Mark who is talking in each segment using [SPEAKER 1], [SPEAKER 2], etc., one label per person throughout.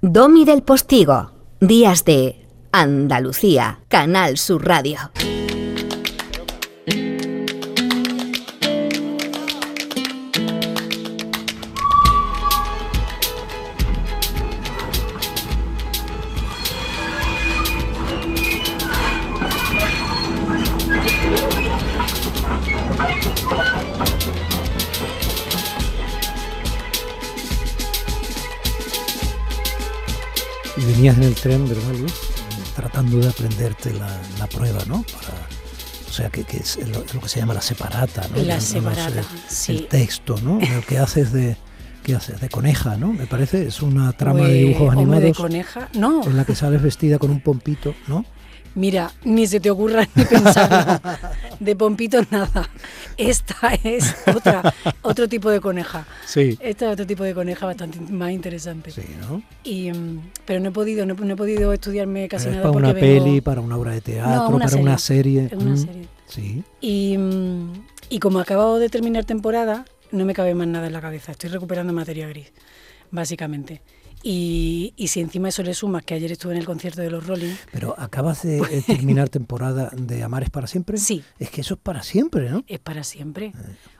[SPEAKER 1] Domi del Postigo, días de Andalucía, Canal Sur Radio.
[SPEAKER 2] Y venías en el tren, ¿verdad, Luis? Tratando de aprenderte la, la prueba, ¿no? Para, o sea, que, que es lo, lo que se llama la separata, ¿no?
[SPEAKER 3] La
[SPEAKER 2] No sé,
[SPEAKER 3] separata, sí.
[SPEAKER 2] El texto, ¿no? El que haces de, que haces de coneja, ¿no? Me parece, es una trama de
[SPEAKER 3] Pues,
[SPEAKER 2] dibujos
[SPEAKER 3] hombre
[SPEAKER 2] animados
[SPEAKER 3] de coneja. No,
[SPEAKER 2] en la que sales vestida con un pompito, ¿no?
[SPEAKER 3] mira, ni se te ocurra ni pensarlo. De pompito nada. Esta es otra, otro tipo de coneja.
[SPEAKER 2] Sí.
[SPEAKER 3] Esta es otro tipo de coneja bastante in- más interesante.
[SPEAKER 2] Sí, ¿no?
[SPEAKER 3] Y, mm, pero no he podido, no, he- no he podido estudiarme casi
[SPEAKER 2] Pero es
[SPEAKER 3] nada
[SPEAKER 2] para
[SPEAKER 3] porque
[SPEAKER 2] una
[SPEAKER 3] vengo-
[SPEAKER 2] peli, para una obra de teatro,
[SPEAKER 3] una
[SPEAKER 2] para una serie.
[SPEAKER 3] Es una
[SPEAKER 2] Mm,
[SPEAKER 3] serie.
[SPEAKER 2] Sí.
[SPEAKER 3] Y, mm, y como acabo de terminar temporada, no me cabe más nada en la cabeza. Estoy recuperando materia gris, básicamente. Y, y si encima eso le sumas que ayer estuve en el concierto de los Rolling,
[SPEAKER 2] Pero acabas de eh, terminar temporada de Amar es para siempre.
[SPEAKER 3] Sí.
[SPEAKER 2] Es que eso es para siempre, ¿no?
[SPEAKER 3] es para siempre.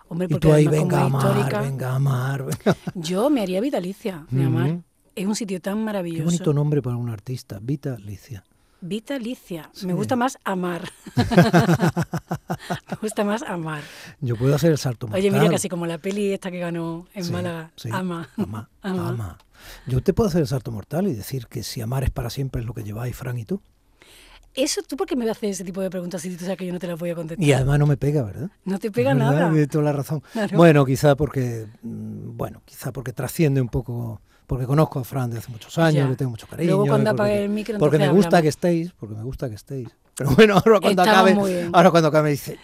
[SPEAKER 3] Hombre,
[SPEAKER 2] Eh, Y
[SPEAKER 3] porque
[SPEAKER 2] tú ahí,
[SPEAKER 3] además
[SPEAKER 2] venga a
[SPEAKER 3] como es
[SPEAKER 2] amar,
[SPEAKER 3] histórica,
[SPEAKER 2] venga a amar, venga.
[SPEAKER 3] yo me haría vitalicia de amar.
[SPEAKER 2] Ujú.
[SPEAKER 3] Es un sitio tan
[SPEAKER 2] Qué
[SPEAKER 3] maravilloso.
[SPEAKER 2] bonito nombre para un artista, Vita Licia.
[SPEAKER 3] Vitalicia. Me gusta más amar. me gusta más amar.
[SPEAKER 2] Yo puedo hacer el salto mortal.
[SPEAKER 3] Oye, mira, casi como la peli esta que ganó en
[SPEAKER 2] Sí,
[SPEAKER 3] Málaga.
[SPEAKER 2] sí,
[SPEAKER 3] Ama.
[SPEAKER 2] Ama,
[SPEAKER 3] Ama.
[SPEAKER 2] ama. Yo te puedo hacer el salto mortal y decir que si amar es para siempre es lo que lleváis, Fran y tú.
[SPEAKER 3] Eso, ¿tú por qué me haces ese tipo de preguntas si tú sabes que yo no te las voy a contestar?
[SPEAKER 2] Y además no me pega, ¿verdad?
[SPEAKER 3] No te pega
[SPEAKER 2] ¿Verdad?
[SPEAKER 3] nada.
[SPEAKER 2] Tienes toda la razón.
[SPEAKER 3] Claro.
[SPEAKER 2] Bueno, quizá porque mm, bueno, quizá porque trasciende un poco, porque conozco a Fran de hace muchos años,
[SPEAKER 3] Ya.
[SPEAKER 2] le tengo mucho cariño.
[SPEAKER 3] Luego cuando
[SPEAKER 2] y porque-
[SPEAKER 3] apague el micro,
[SPEAKER 2] Porque me
[SPEAKER 3] entonces
[SPEAKER 2] gusta
[SPEAKER 3] hablamos.
[SPEAKER 2] que estéis, porque me gusta que estéis. Pero bueno, ahora cuando
[SPEAKER 3] Estamos
[SPEAKER 2] acabe,
[SPEAKER 3] muy bien.
[SPEAKER 2] ahora cuando acabe dice,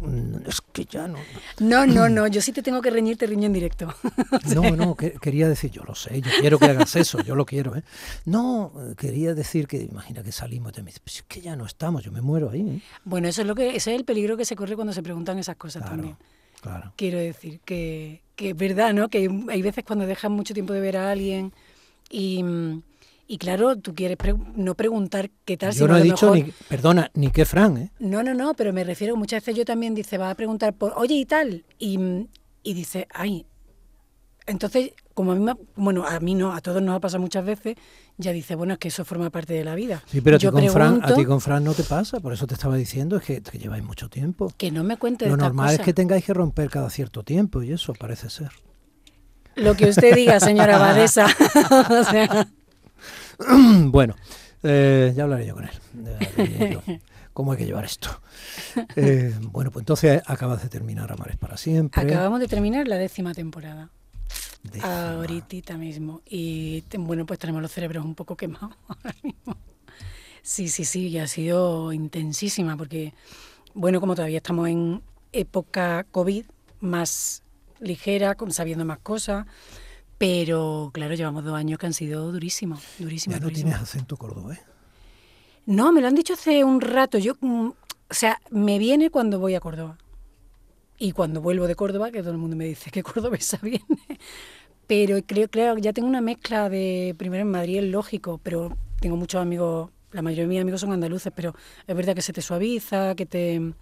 [SPEAKER 2] "Mm, mm, es que ya no.
[SPEAKER 3] No, no, no, yo sí te tengo que reñir, te riño en directo.
[SPEAKER 2] No, no, que- quería decir, yo lo sé, yo quiero que hagas eso, yo lo quiero, ¿eh? No, eh, quería decir que imagina que salimos y me dice, "Pues es que ya no estamos, yo me muero ahí. ¿eh?".
[SPEAKER 3] bueno, eso es lo que, ese es el peligro que se corre cuando se preguntan esas cosas también.
[SPEAKER 2] Claro, claro.
[SPEAKER 3] Quiero decir que, que es verdad, ¿no? Que hay- hay veces cuando dejas mucho tiempo de ver a alguien y, mm, y claro, tú quieres pre- no preguntar qué tal,
[SPEAKER 2] Yo
[SPEAKER 3] sino
[SPEAKER 2] no
[SPEAKER 3] a
[SPEAKER 2] he
[SPEAKER 3] lo
[SPEAKER 2] dicho
[SPEAKER 3] mejor-
[SPEAKER 2] ni, perdona, ni que Fran, ¿eh?
[SPEAKER 3] No, no, no, pero me refiero, muchas veces yo también dice, va a preguntar por, oye, y tal, y, mm, y dice, ay, entonces, como a mí, me ha- bueno, a mí no, a todos nos ha pasado muchas veces, ya dice, bueno, es que eso forma parte de la vida.
[SPEAKER 2] Sí, pero a ti,
[SPEAKER 3] yo
[SPEAKER 2] con Fran, a
[SPEAKER 3] pregunto
[SPEAKER 2] ti con Fran no te pasa, por eso te estaba diciendo, es que, que lleváis mucho tiempo.
[SPEAKER 3] que no me cuente
[SPEAKER 2] Lo
[SPEAKER 3] estas
[SPEAKER 2] normal es
[SPEAKER 3] cosas.
[SPEAKER 2] que tengáis que romper cada cierto tiempo y eso parece ser.
[SPEAKER 3] Lo que usted diga, señora Badesa. O sea,
[SPEAKER 2] bueno, eh, ya hablaré yo con él. Ya hablaré yo. ¿Cómo hay que llevar esto? Eh, bueno, pues entonces acabas de terminar Amares para siempre.
[SPEAKER 3] acabamos de terminar la décima temporada,
[SPEAKER 2] Décima.
[SPEAKER 3] ahorita mismo, y te- bueno, pues tenemos los cerebros un poco quemados ahora mismo. Sí, sí, sí, y ha sido intensísima porque, bueno, como todavía estamos en época COVID, más ligera, con, sabiendo más cosas, pero claro, llevamos dos años que han sido durísimos, durísimos,
[SPEAKER 2] Ya no
[SPEAKER 3] durísimos.
[SPEAKER 2] tienes acento ¿eh? cordobés.
[SPEAKER 3] No, me lo han dicho hace un rato. Yo, mm, o sea, me viene cuando voy a Córdoba. Y cuando vuelvo de Córdoba, que todo el mundo me dice que cordobesa viene. Pero creo, claro, ya tengo una mezcla de, primero en Madrid es lógico, pero tengo muchos amigos, la mayoría de mis amigos son andaluces, pero es verdad que se te suaviza, que te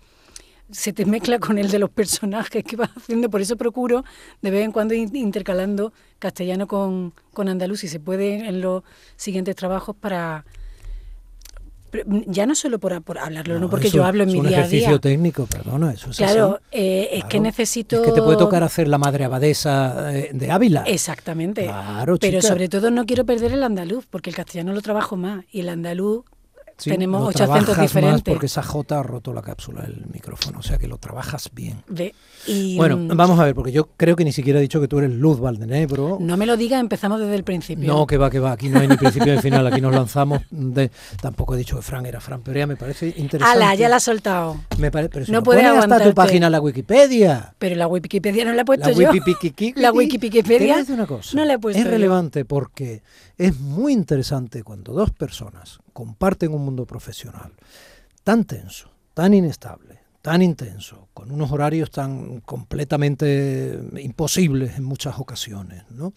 [SPEAKER 3] se te mezcla con el de los personajes que vas haciendo, por eso procuro de vez en cuando ir intercalando castellano con, con andaluz, si se puede en los siguientes trabajos para... pero Ya no solo por, por hablarlo, no, porque
[SPEAKER 2] eso
[SPEAKER 3] yo hablo en
[SPEAKER 2] es
[SPEAKER 3] mi
[SPEAKER 2] un
[SPEAKER 3] día a
[SPEAKER 2] ejercicio
[SPEAKER 3] día.
[SPEAKER 2] técnico, perdona, eso es
[SPEAKER 3] Claro,
[SPEAKER 2] así.
[SPEAKER 3] eh, es que
[SPEAKER 2] Claro.
[SPEAKER 3] necesito.
[SPEAKER 2] Es que te puede tocar hacer la madre abadesa eh, de Ávila.
[SPEAKER 3] Exactamente.
[SPEAKER 2] Claro,
[SPEAKER 3] Pero
[SPEAKER 2] chica.
[SPEAKER 3] sobre todo no quiero perder el andaluz, porque el castellano lo trabajo más. Y el andaluz
[SPEAKER 2] Sí,
[SPEAKER 3] tenemos
[SPEAKER 2] lo
[SPEAKER 3] ocho acentos
[SPEAKER 2] trabajas más
[SPEAKER 3] diferentes.
[SPEAKER 2] porque esa J ha roto la cápsula del micrófono, o sea que lo trabajas bien.
[SPEAKER 3] Ve, y,
[SPEAKER 2] Bueno,
[SPEAKER 3] mm,
[SPEAKER 2] vamos a ver, porque yo creo que ni siquiera he dicho que tú eres Luz Valdenebro.
[SPEAKER 3] No me lo digas, empezamos desde el principio.
[SPEAKER 2] No, que va, que va, aquí no hay ni principio ni final, aquí nos lanzamos. De, tampoco he dicho que Fran era Fran Perea, me parece interesante.
[SPEAKER 3] Ala, ya la has soltado.
[SPEAKER 2] Me pare- pero si
[SPEAKER 3] No
[SPEAKER 2] lo
[SPEAKER 3] puedes
[SPEAKER 2] pones hasta tu
[SPEAKER 3] aguantarte.
[SPEAKER 2] página en la Wikipedia.
[SPEAKER 3] Pero la Wikipedia no la he puesto
[SPEAKER 2] La
[SPEAKER 3] Pues yo.
[SPEAKER 2] Wikipiqui-
[SPEAKER 3] la
[SPEAKER 2] Te voy a
[SPEAKER 3] Wikipedia
[SPEAKER 2] decir una cosa.
[SPEAKER 3] no la he puesto
[SPEAKER 2] Es
[SPEAKER 3] yo.
[SPEAKER 2] relevante porque es muy interesante cuando dos personas comparten un mundo profesional tan tenso, tan inestable, tan intenso, con unos horarios tan completamente imposibles en muchas ocasiones, ¿no?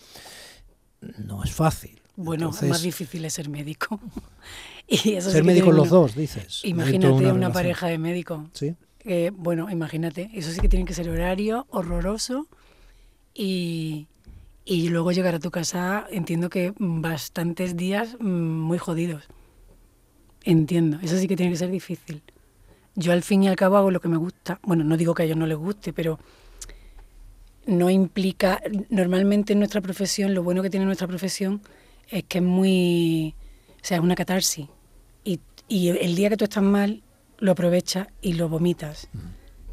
[SPEAKER 2] No es fácil
[SPEAKER 3] Bueno, es más
[SPEAKER 2] Entonces,
[SPEAKER 3] difícil es ser médico. y eso sí
[SPEAKER 2] ser
[SPEAKER 3] que
[SPEAKER 2] médicos
[SPEAKER 3] tiene
[SPEAKER 2] los
[SPEAKER 3] uno-
[SPEAKER 2] dos, dices.
[SPEAKER 3] Imagínate
[SPEAKER 2] Dentro de
[SPEAKER 3] una,
[SPEAKER 2] relación.
[SPEAKER 3] pareja de médicos.
[SPEAKER 2] Sí.
[SPEAKER 3] Eh, bueno, imagínate, eso sí que tiene que ser horario horroroso y, y luego llegar a tu casa, entiendo que bastantes días mm, muy jodidos. Entiendo, eso sí que tiene que ser difícil. Yo al fin y al cabo hago lo que me gusta. Bueno, no digo que a ellos no les guste, pero no implica, normalmente en nuestra profesión, lo bueno que tiene nuestra profesión es que es muy, o sea, es una catarsis. Y, y el día que tú estás mal, lo aprovechas y lo vomitas,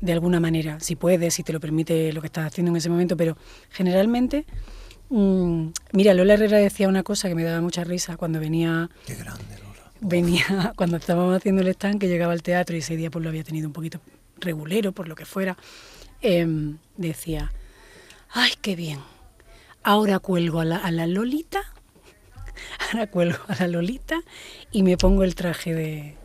[SPEAKER 3] de alguna manera, si puedes, si te lo permite lo que estás haciendo en ese momento, pero generalmente, mm, mira, Lola Herrera decía una cosa que me daba mucha risa cuando venía
[SPEAKER 2] Qué grande, Lola.
[SPEAKER 3] venía cuando estábamos haciendo el stand que llegaba al teatro y ese día pues lo había tenido un poquito regulero por lo que fuera em, decía ay qué bien ahora cuelgo a la, a la lolita ahora cuelgo a la lolita y me pongo el traje de-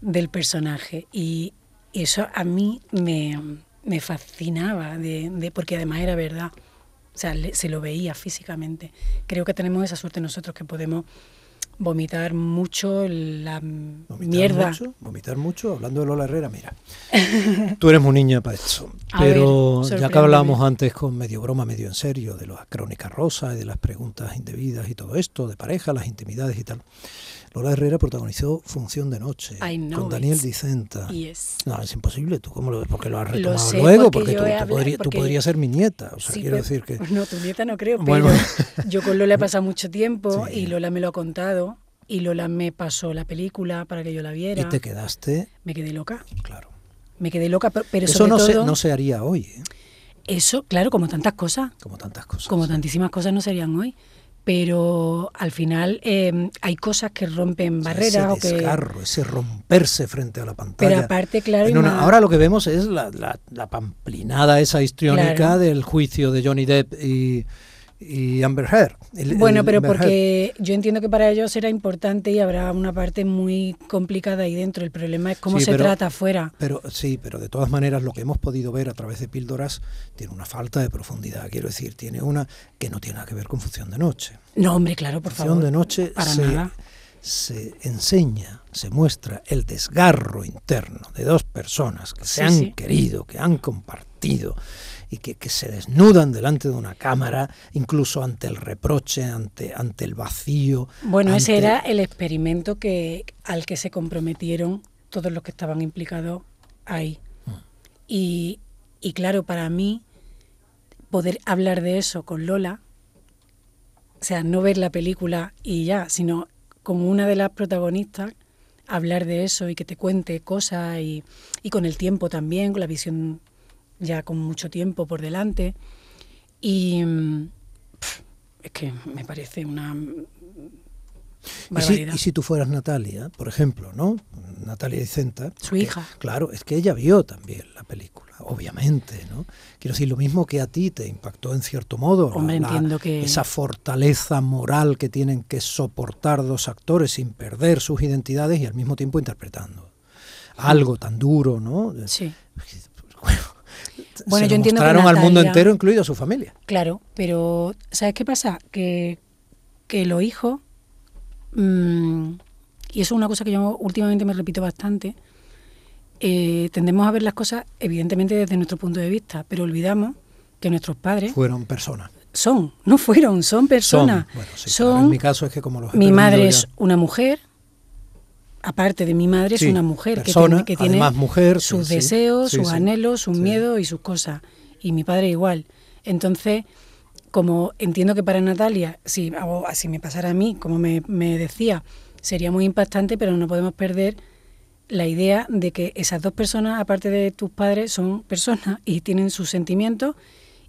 [SPEAKER 3] del personaje y eso a mí me, me fascinaba de- de- porque además era verdad o sea le- se lo veía físicamente creo que tenemos esa suerte nosotros que podemos vomitar mucho la mm,
[SPEAKER 2] Vomitar
[SPEAKER 3] mierda.
[SPEAKER 2] Mucho, vomitar mucho, hablando de Lola Herrera, mira. Tú eres muy niña para eso.
[SPEAKER 3] A ver,
[SPEAKER 2] Pero ya que
[SPEAKER 3] sorpréndeme.
[SPEAKER 2] hablábamos antes con medio broma, medio en serio, de las crónicas rosas y de las preguntas indebidas y todo esto, de pareja, las intimidades y tal. Lola Herrera protagonizó Función de Noche
[SPEAKER 3] I know
[SPEAKER 2] con Daniel
[SPEAKER 3] it.
[SPEAKER 2] Dicenta.
[SPEAKER 3] Y es.
[SPEAKER 2] No, es imposible. ¿Tú cómo lo ves? Porque lo has
[SPEAKER 3] Lo
[SPEAKER 2] retomado
[SPEAKER 3] sé,
[SPEAKER 2] luego. Porque,
[SPEAKER 3] porque yo
[SPEAKER 2] tú,
[SPEAKER 3] he
[SPEAKER 2] te
[SPEAKER 3] hablado-
[SPEAKER 2] podrías, tú
[SPEAKER 3] porque-
[SPEAKER 2] podrías ser mi nieta. O sea,
[SPEAKER 3] Sí,
[SPEAKER 2] quiero
[SPEAKER 3] pero-
[SPEAKER 2] decir que.
[SPEAKER 3] No, tu nieta no creo,
[SPEAKER 2] Bueno.
[SPEAKER 3] pero yo con Lola he pasado mucho tiempo
[SPEAKER 2] Sí.
[SPEAKER 3] y Lola me lo ha contado y Lola me pasó la película para que yo la viera.
[SPEAKER 2] Y te quedaste.
[SPEAKER 3] Me quedé loca,
[SPEAKER 2] Claro.
[SPEAKER 3] me quedé loca, pero, pero
[SPEAKER 2] Eso
[SPEAKER 3] sobre
[SPEAKER 2] no, se,
[SPEAKER 3] todo-
[SPEAKER 2] no se haría hoy, ¿eh?
[SPEAKER 3] Eso, claro, como tantas cosas,
[SPEAKER 2] como tantas cosas.
[SPEAKER 3] como tantísimas cosas no serían hoy. Pero al final eh, hay cosas que rompen barreras o
[SPEAKER 2] ese
[SPEAKER 3] que...
[SPEAKER 2] desgarro, ese romperse frente a la pantalla.
[SPEAKER 3] Pero aparte, claro,
[SPEAKER 2] En
[SPEAKER 3] y
[SPEAKER 2] una-
[SPEAKER 3] más-
[SPEAKER 2] ahora lo que vemos es la, la- la pamplinada esa histriónica
[SPEAKER 3] Claro.
[SPEAKER 2] del juicio de Johnny Depp y, y Amber Heard. El-
[SPEAKER 3] Bueno,
[SPEAKER 2] el
[SPEAKER 3] pero
[SPEAKER 2] Amber Heard.
[SPEAKER 3] porque yo entiendo que para ellos era importante y habrá una parte muy complicada ahí dentro. El problema es cómo
[SPEAKER 2] Sí,
[SPEAKER 3] se
[SPEAKER 2] pero-
[SPEAKER 3] trata afuera.
[SPEAKER 2] Pero sí, pero de todas maneras lo que hemos podido ver a través de píldoras tiene una falta de profundidad. Quiero decir, tiene una que no tiene nada que ver con función de noche.
[SPEAKER 3] No, hombre, claro, por
[SPEAKER 2] Función
[SPEAKER 3] favor.
[SPEAKER 2] de noche
[SPEAKER 3] para
[SPEAKER 2] se,
[SPEAKER 3] nada.
[SPEAKER 2] se enseña, se muestra el desgarro interno de dos personas que se
[SPEAKER 3] Sí,
[SPEAKER 2] han
[SPEAKER 3] sí.
[SPEAKER 2] querido, que han compartido y que, que se desnudan delante de una cámara, incluso ante el reproche, ante, ante el vacío.
[SPEAKER 3] Bueno, ese
[SPEAKER 2] ante-
[SPEAKER 3] era el experimento que, al que se comprometieron todos los que estaban implicados ahí. Y, y claro, para mí, poder hablar de eso con Lola, o sea, no ver la película y ya, sino como una de las protagonistas, hablar de eso y que te cuente cosas y, y con el tiempo también, con la visión ya con mucho tiempo por delante. Y mm, pf, es que me parece una mm,
[SPEAKER 2] Y si,
[SPEAKER 3] barbaridad.
[SPEAKER 2] y si tú fueras Natalia, por ejemplo, ¿no? Natalia Dicenta.
[SPEAKER 3] Su
[SPEAKER 2] que-
[SPEAKER 3] hija.
[SPEAKER 2] Claro, es que ella vio también la película, obviamente, ¿no? Quiero decir, lo mismo que a ti te impactó en cierto modo. la-
[SPEAKER 3] Hombre,
[SPEAKER 2] la-
[SPEAKER 3] entiendo que-
[SPEAKER 2] Esa fortaleza moral que tienen que soportar dos actores sin perder sus identidades y al mismo tiempo interpretando. Algo tan duro, ¿no?
[SPEAKER 3] Sí.
[SPEAKER 2] Bueno,
[SPEAKER 3] Bueno,
[SPEAKER 2] se lo
[SPEAKER 3] yo entiendo que
[SPEAKER 2] mostraron al mundo
[SPEAKER 3] Natalia-
[SPEAKER 2] entero, incluido a su familia.
[SPEAKER 3] Claro, pero ¿sabes qué pasa? Que, que los hijos, mm, y eso es una cosa que yo últimamente me repito bastante, eh, tendemos a ver las cosas evidentemente desde nuestro punto de vista, pero olvidamos que nuestros padres
[SPEAKER 2] Fueron personas.
[SPEAKER 3] son, no fueron, son personas.
[SPEAKER 2] Son, bueno, sí, claro,
[SPEAKER 3] Son-
[SPEAKER 2] en mi caso es que como los he
[SPEAKER 3] mi
[SPEAKER 2] perdido
[SPEAKER 3] madre
[SPEAKER 2] ya-
[SPEAKER 3] es una mujer, aparte de mi madre
[SPEAKER 2] Sí,
[SPEAKER 3] es una mujer
[SPEAKER 2] persona,
[SPEAKER 3] que tiene, que
[SPEAKER 2] además
[SPEAKER 3] tiene
[SPEAKER 2] mujer, sí,
[SPEAKER 3] sus
[SPEAKER 2] sí,
[SPEAKER 3] deseos,
[SPEAKER 2] sí,
[SPEAKER 3] sus
[SPEAKER 2] sí,
[SPEAKER 3] anhelos, sus
[SPEAKER 2] sí.
[SPEAKER 3] miedos y sus cosas. Y mi padre igual. Entonces, como entiendo que para Natalia, si, o si me pasara a mí, como me, me decía, sería muy impactante, pero no podemos perder la idea de que esas dos personas, aparte de tus padres, son personas y tienen sus sentimientos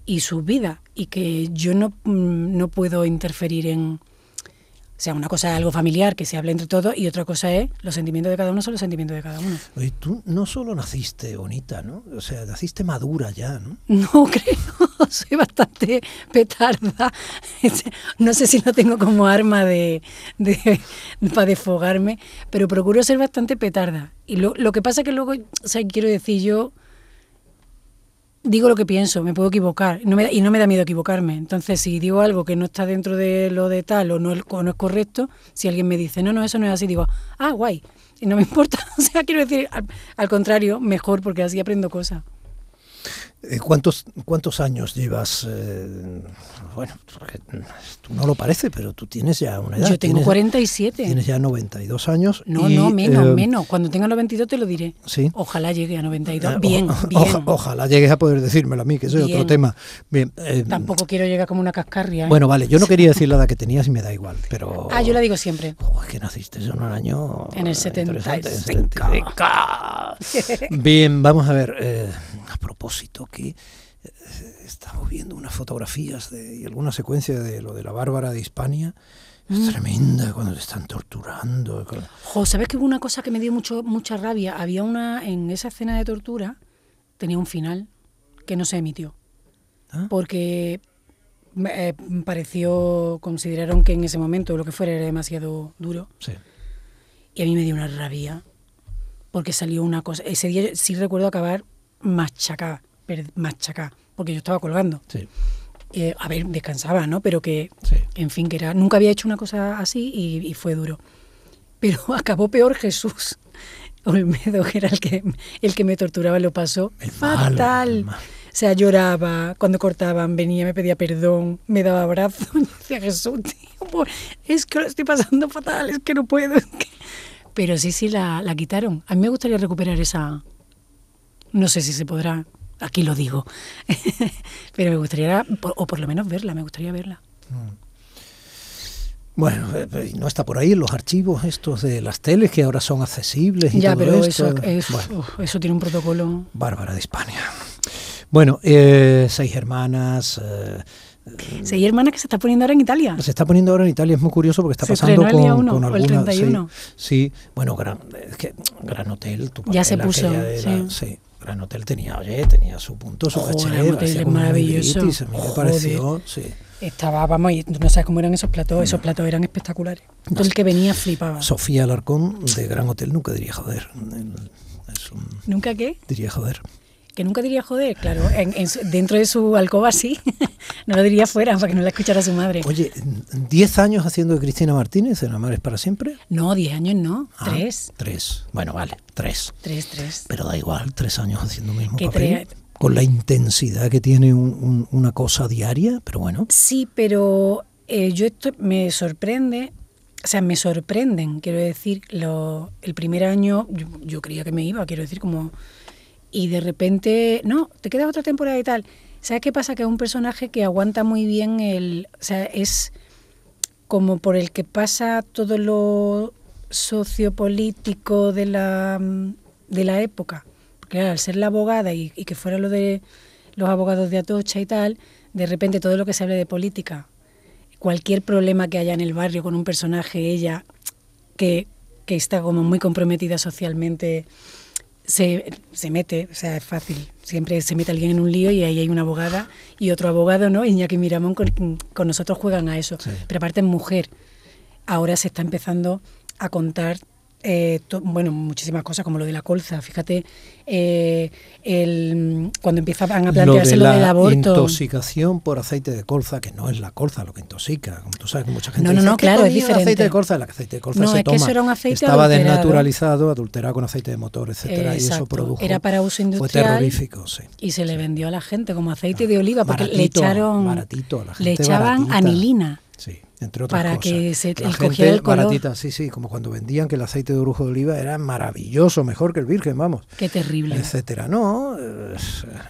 [SPEAKER 3] y sus vidas y que yo no, mm, no puedo interferir en... O sea, una cosa es algo familiar que se habla entre todos y otra cosa es los sentimientos de cada uno son los sentimientos de cada uno.
[SPEAKER 2] Oye, tú no solo naciste bonita, ¿no? O sea, naciste madura ya, ¿no?
[SPEAKER 3] No creo, soy bastante petarda. No sé si lo tengo como arma de, de- para desfogarme, pero procuro ser bastante petarda. Y lo, lo que pasa que luego, o sea, quiero decir yo, digo lo que pienso, me puedo equivocar no me da, y no me da miedo equivocarme. Entonces, si digo algo que no está dentro de lo de tal o no, o no es correcto, si alguien me dice, no, no, eso no es así, digo, ah, guay, y no me importa. o sea, quiero decir, al, al contrario, mejor, porque así aprendo cosas.
[SPEAKER 2] Eh, ¿Cuántos, ¿Cuántos años llevas? Eh, bueno, tú no lo parece, pero tú tienes ya una edad.
[SPEAKER 3] Yo tengo
[SPEAKER 2] tienes,
[SPEAKER 3] 47.
[SPEAKER 2] Tienes ya 92 años.
[SPEAKER 3] No,
[SPEAKER 2] y,
[SPEAKER 3] no, menos,
[SPEAKER 2] eh,
[SPEAKER 3] menos. Cuando tenga 92 te lo diré.
[SPEAKER 2] Sí.
[SPEAKER 3] Ojalá llegue a 92.
[SPEAKER 2] o-
[SPEAKER 3] bien,
[SPEAKER 2] eh, o-
[SPEAKER 3] bien.
[SPEAKER 2] ojalá llegues a poder decírmelo a mí, que eso es otro
[SPEAKER 3] Bien.
[SPEAKER 2] tema. Bien, eh,
[SPEAKER 3] Tampoco quiero llegar como una cascarria. ¿eh?
[SPEAKER 2] Bueno, vale, yo no quería decir la edad que tenías y me da igual, pero...
[SPEAKER 3] ah, yo la digo siempre.
[SPEAKER 2] Jo, es que naciste en un año...
[SPEAKER 3] En el
[SPEAKER 2] interesante, en el
[SPEAKER 3] 75.
[SPEAKER 2] 75. Bien, vamos a ver, eh, a propósito que eh, estamos viendo unas fotografías de, y alguna secuencia de lo de la Bárbara de Hispania. Es
[SPEAKER 3] Mm.
[SPEAKER 2] tremenda cuando te están torturando. con-
[SPEAKER 3] Jo, ¿sabes que hubo una cosa que me dio mucho, mucha rabia? Había una, en esa escena de tortura, tenía un final que no se emitió.
[SPEAKER 2] ¿Ah?
[SPEAKER 3] Porque me- eh, pareció, consideraron que en ese momento lo que fuera era demasiado duro.
[SPEAKER 2] Sí.
[SPEAKER 3] Y a mí me dio una rabia. Porque salió una cosa. Ese día yo sí recuerdo acabar machacá, per- machacá, porque yo estaba colgando.
[SPEAKER 2] Sí,
[SPEAKER 3] Eh, a ver, descansaba, ¿no? Pero que,
[SPEAKER 2] sí.
[SPEAKER 3] en fin, que era. Nunca había hecho una cosa así y, y fue duro. Pero acabó peor Jesús Olmedo, que era el que, el que me torturaba, lo pasó
[SPEAKER 2] El malo,
[SPEAKER 3] fatal.
[SPEAKER 2] el malo.
[SPEAKER 3] O sea, lloraba, cuando cortaban venía, me pedía perdón, me daba abrazos. Yo decía, Jesús, tío, por- es que lo estoy pasando fatal, es que no puedo. es que-". Pero sí, sí, la, la quitaron. A mí me gustaría recuperar esa... No sé si se podrá, aquí lo digo. Pero me gustaría, por- o por lo menos verla, me gustaría verla.
[SPEAKER 2] Bueno, eh, eh, no está por ahí los archivos estos de las teles que ahora son accesibles y
[SPEAKER 3] Ya,
[SPEAKER 2] todo
[SPEAKER 3] pero
[SPEAKER 2] esto.
[SPEAKER 3] eso, es-
[SPEAKER 2] Bueno.
[SPEAKER 3] uf, eso tiene un protocolo.
[SPEAKER 2] Bárbara de Hispania. Bueno, eh, seis hermanas. eh,
[SPEAKER 3] Sí, hermana que se está poniendo ahora en Italia.
[SPEAKER 2] se está poniendo ahora en Italia, es muy curioso porque está
[SPEAKER 3] Se
[SPEAKER 2] pasando
[SPEAKER 3] estrenó el
[SPEAKER 2] con,
[SPEAKER 3] día uno,
[SPEAKER 2] con
[SPEAKER 3] o el
[SPEAKER 2] alguna.
[SPEAKER 3] 31.
[SPEAKER 2] Sí, sí. bueno, gran, es que, gran hotel. Tu
[SPEAKER 3] Ya se
[SPEAKER 2] papel,
[SPEAKER 3] puso,
[SPEAKER 2] aquella de la-
[SPEAKER 3] sí.
[SPEAKER 2] sí, Gran hotel tenía, oye, tenía su punto, su
[SPEAKER 3] Joder,
[SPEAKER 2] caché,
[SPEAKER 3] Gran Hotel
[SPEAKER 2] hacía
[SPEAKER 3] es
[SPEAKER 2] como una
[SPEAKER 3] maravilloso.
[SPEAKER 2] negrita y se me
[SPEAKER 3] Joder.
[SPEAKER 2] pareció, sí.
[SPEAKER 3] Estaba, vamos, y tú no sabes cómo eran esos platos, esos platos eran espectaculares. Todo el que venía flipaba.
[SPEAKER 2] Sofía Alarcón de Gran Hotel nunca diría joder. El- es un-
[SPEAKER 3] ¿Nunca qué?
[SPEAKER 2] diría joder.
[SPEAKER 3] Que nunca diría joder, claro, en- en su- dentro de su alcoba sí, no lo diría fuera para que no la escuchara su madre.
[SPEAKER 2] Oye, 10 años haciendo de Cristina Martínez en Amares para siempre.
[SPEAKER 3] No, 10 años no,
[SPEAKER 2] Ah,
[SPEAKER 3] tres,
[SPEAKER 2] Tres. Bueno, vale, tres.
[SPEAKER 3] tres, tres.
[SPEAKER 2] Pero da igual, tres años haciendo el mismo
[SPEAKER 3] Que
[SPEAKER 2] papel.
[SPEAKER 3] tres-
[SPEAKER 2] Con la intensidad que tiene un- un- una cosa diaria, pero bueno.
[SPEAKER 3] Sí, pero eh, yo esto me sorprende, o sea, me sorprenden, quiero decir, lo, el primer año yo, yo creía que me iba, quiero decir, como... Y de repente, no, te queda otra temporada y tal. ¿Sabes qué pasa? Que es un personaje que aguanta muy bien el... O sea, es como por el que pasa todo lo sociopolítico de la, mm, de la época. Porque claro, al ser la abogada y, y que fuera lo de los abogados de Atocha y tal, de repente todo lo que se hable de política, cualquier problema que haya en el barrio con un personaje, ella, que, que está como muy comprometida socialmente, se, se mete, o sea, es fácil. Siempre se mete alguien en un lío y ahí hay una abogada y otro abogado, ¿no? Iñaki Miramón con, con nosotros juegan a eso.
[SPEAKER 2] Sí.
[SPEAKER 3] Pero aparte es mujer. Ahora se está empezando a contar, eh, to- bueno, muchísimas cosas como lo de la colza. Fíjate, eh, el, cuando empiezan a plantearse lo, del aborto.
[SPEAKER 2] intoxicación por aceite de colza, que no es la colza lo que intoxica. Como tú sabes, que mucha gente
[SPEAKER 3] No, no,
[SPEAKER 2] dice,
[SPEAKER 3] no,
[SPEAKER 2] "Es que
[SPEAKER 3] claro, es
[SPEAKER 2] comí un aceite
[SPEAKER 3] diferente.
[SPEAKER 2] de colza, el aceite de colza
[SPEAKER 3] No,
[SPEAKER 2] se
[SPEAKER 3] es que
[SPEAKER 2] toma.
[SPEAKER 3] eso era un aceite
[SPEAKER 2] Estaba
[SPEAKER 3] adulterado.
[SPEAKER 2] desnaturalizado, adulterado con aceite de motor, etcétera, y eso
[SPEAKER 3] Exacto.
[SPEAKER 2] produjo.
[SPEAKER 3] Era para uso industrial.
[SPEAKER 2] Fue terrorífico, sí.
[SPEAKER 3] Y se le vendió a la gente como aceite de oliva porque le
[SPEAKER 2] Baratito,
[SPEAKER 3] echaron.
[SPEAKER 2] baratito, a la
[SPEAKER 3] le
[SPEAKER 2] gente
[SPEAKER 3] echaban
[SPEAKER 2] baratita.
[SPEAKER 3] anilina.
[SPEAKER 2] Sí, entre otras
[SPEAKER 3] Para
[SPEAKER 2] cosas.
[SPEAKER 3] que se-
[SPEAKER 2] La
[SPEAKER 3] el
[SPEAKER 2] gente
[SPEAKER 3] cogiera el color.
[SPEAKER 2] baratita, sí, sí, como cuando vendían que el aceite de orujo de oliva era maravilloso, mejor que el virgen, vamos,
[SPEAKER 3] Qué terrible.
[SPEAKER 2] etcétera. No, eh,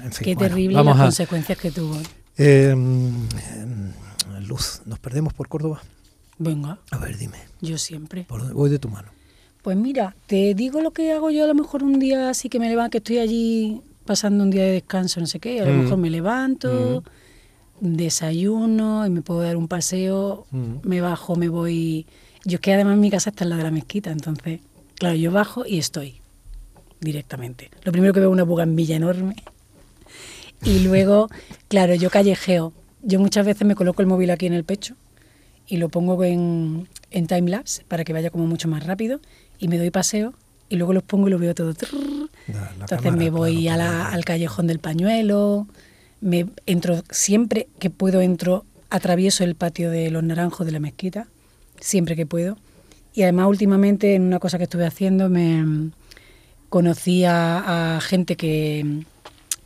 [SPEAKER 2] en fin.
[SPEAKER 3] Qué
[SPEAKER 2] bueno,
[SPEAKER 3] terrible
[SPEAKER 2] vamos
[SPEAKER 3] las
[SPEAKER 2] a-
[SPEAKER 3] consecuencias que tuvo.
[SPEAKER 2] eh, mm, Luz, nos perdemos por Córdoba.
[SPEAKER 3] Venga,
[SPEAKER 2] A ver, dime,
[SPEAKER 3] yo siempre.
[SPEAKER 2] ¿por dónde voy de tu mano?
[SPEAKER 3] Pues mira, te digo lo que hago yo a lo mejor un día así que me levanto, que estoy allí pasando un día de descanso, no sé qué, a lo
[SPEAKER 2] Mm.
[SPEAKER 3] mejor me levanto, desayuno y me puedo dar un paseo,
[SPEAKER 2] Mm.
[SPEAKER 3] me bajo, me voy. Yo es que además mi casa está en la de la mezquita, entonces, claro, yo bajo y estoy directamente. Lo primero que veo es una bugamilla enorme. Y luego, claro, yo callejeo. Yo muchas veces me coloco el móvil aquí en el pecho y lo pongo en, en time lapse para que vaya como mucho más rápido y me doy paseo y luego los pongo y lo veo todo. trrr.
[SPEAKER 2] La- la
[SPEAKER 3] Entonces
[SPEAKER 2] cámara,
[SPEAKER 3] me voy
[SPEAKER 2] claro,
[SPEAKER 3] a la-
[SPEAKER 2] para ver.
[SPEAKER 3] al callejón del pañuelo, me entro siempre que puedo entro, atravieso el patio de los naranjos de la mezquita, siempre que puedo. Y además últimamente en una cosa que estuve haciendo me mm, conocí a, a gente que, mm,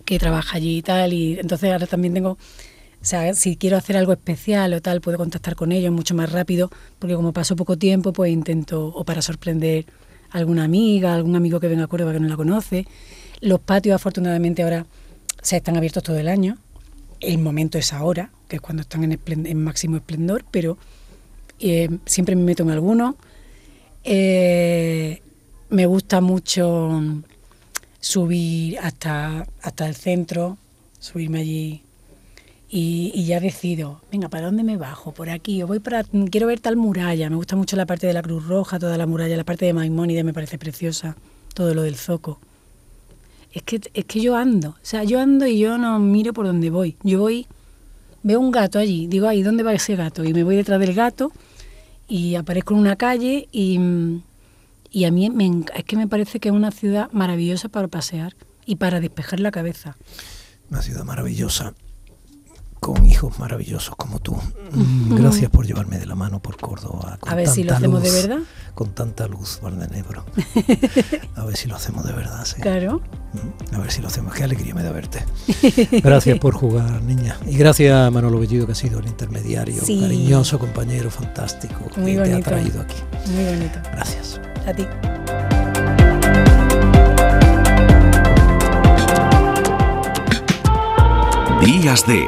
[SPEAKER 3] que trabaja allí y tal, y entonces ahora también tengo... O sea, si quiero hacer algo especial o tal, puedo contactar con ellos mucho más rápido, porque como paso poco tiempo, pues intento, o para sorprender a alguna amiga, algún amigo que venga a Córdoba que no la conoce. Los patios, afortunadamente, ahora se están abiertos todo el año. El momento es ahora, que es cuando están en, esplen- en máximo esplendor, pero eh, siempre me meto en alguno. Eh, me gusta mucho subir hasta, hasta el centro, subirme allí y, y ya decido, venga, ¿para dónde me bajo? Por aquí, o voy para, quiero ver tal muralla, me gusta mucho la parte de la Cruz Roja, toda la muralla, la parte de Maimónides me parece preciosa, todo lo del zoco. Es que, es que yo ando, o sea, yo ando y yo no miro por dónde voy. Yo voy, veo un gato allí, digo, ay, ¿dónde va ese gato? Y me voy detrás del gato y aparezco en una calle y, mm, y a mí me enc- es que me parece que es una ciudad maravillosa para pasear y para despejar la cabeza.
[SPEAKER 2] Una ciudad maravillosa, con hijos maravillosos como tú. Mm, Gracias por llevarme de la mano por Córdoba. con
[SPEAKER 3] A ver si lo
[SPEAKER 2] tanta
[SPEAKER 3] hacemos de
[SPEAKER 2] luz,
[SPEAKER 3] verdad.
[SPEAKER 2] Con tanta luz, Valdenebro. A ver si lo hacemos de verdad, sí.
[SPEAKER 3] Claro.
[SPEAKER 2] Mm, A ver si lo hacemos. Qué alegría me da verte. Gracias por jugar, niña. Y gracias a Manolo Bellido, que ha sido el intermediario,
[SPEAKER 3] Sí.
[SPEAKER 2] cariñoso compañero, fantástico,
[SPEAKER 3] Muy
[SPEAKER 2] que te ha
[SPEAKER 3] bonito.
[SPEAKER 2] traído aquí.
[SPEAKER 3] Muy bonito.
[SPEAKER 2] Gracias.
[SPEAKER 3] A ti.
[SPEAKER 4] Días de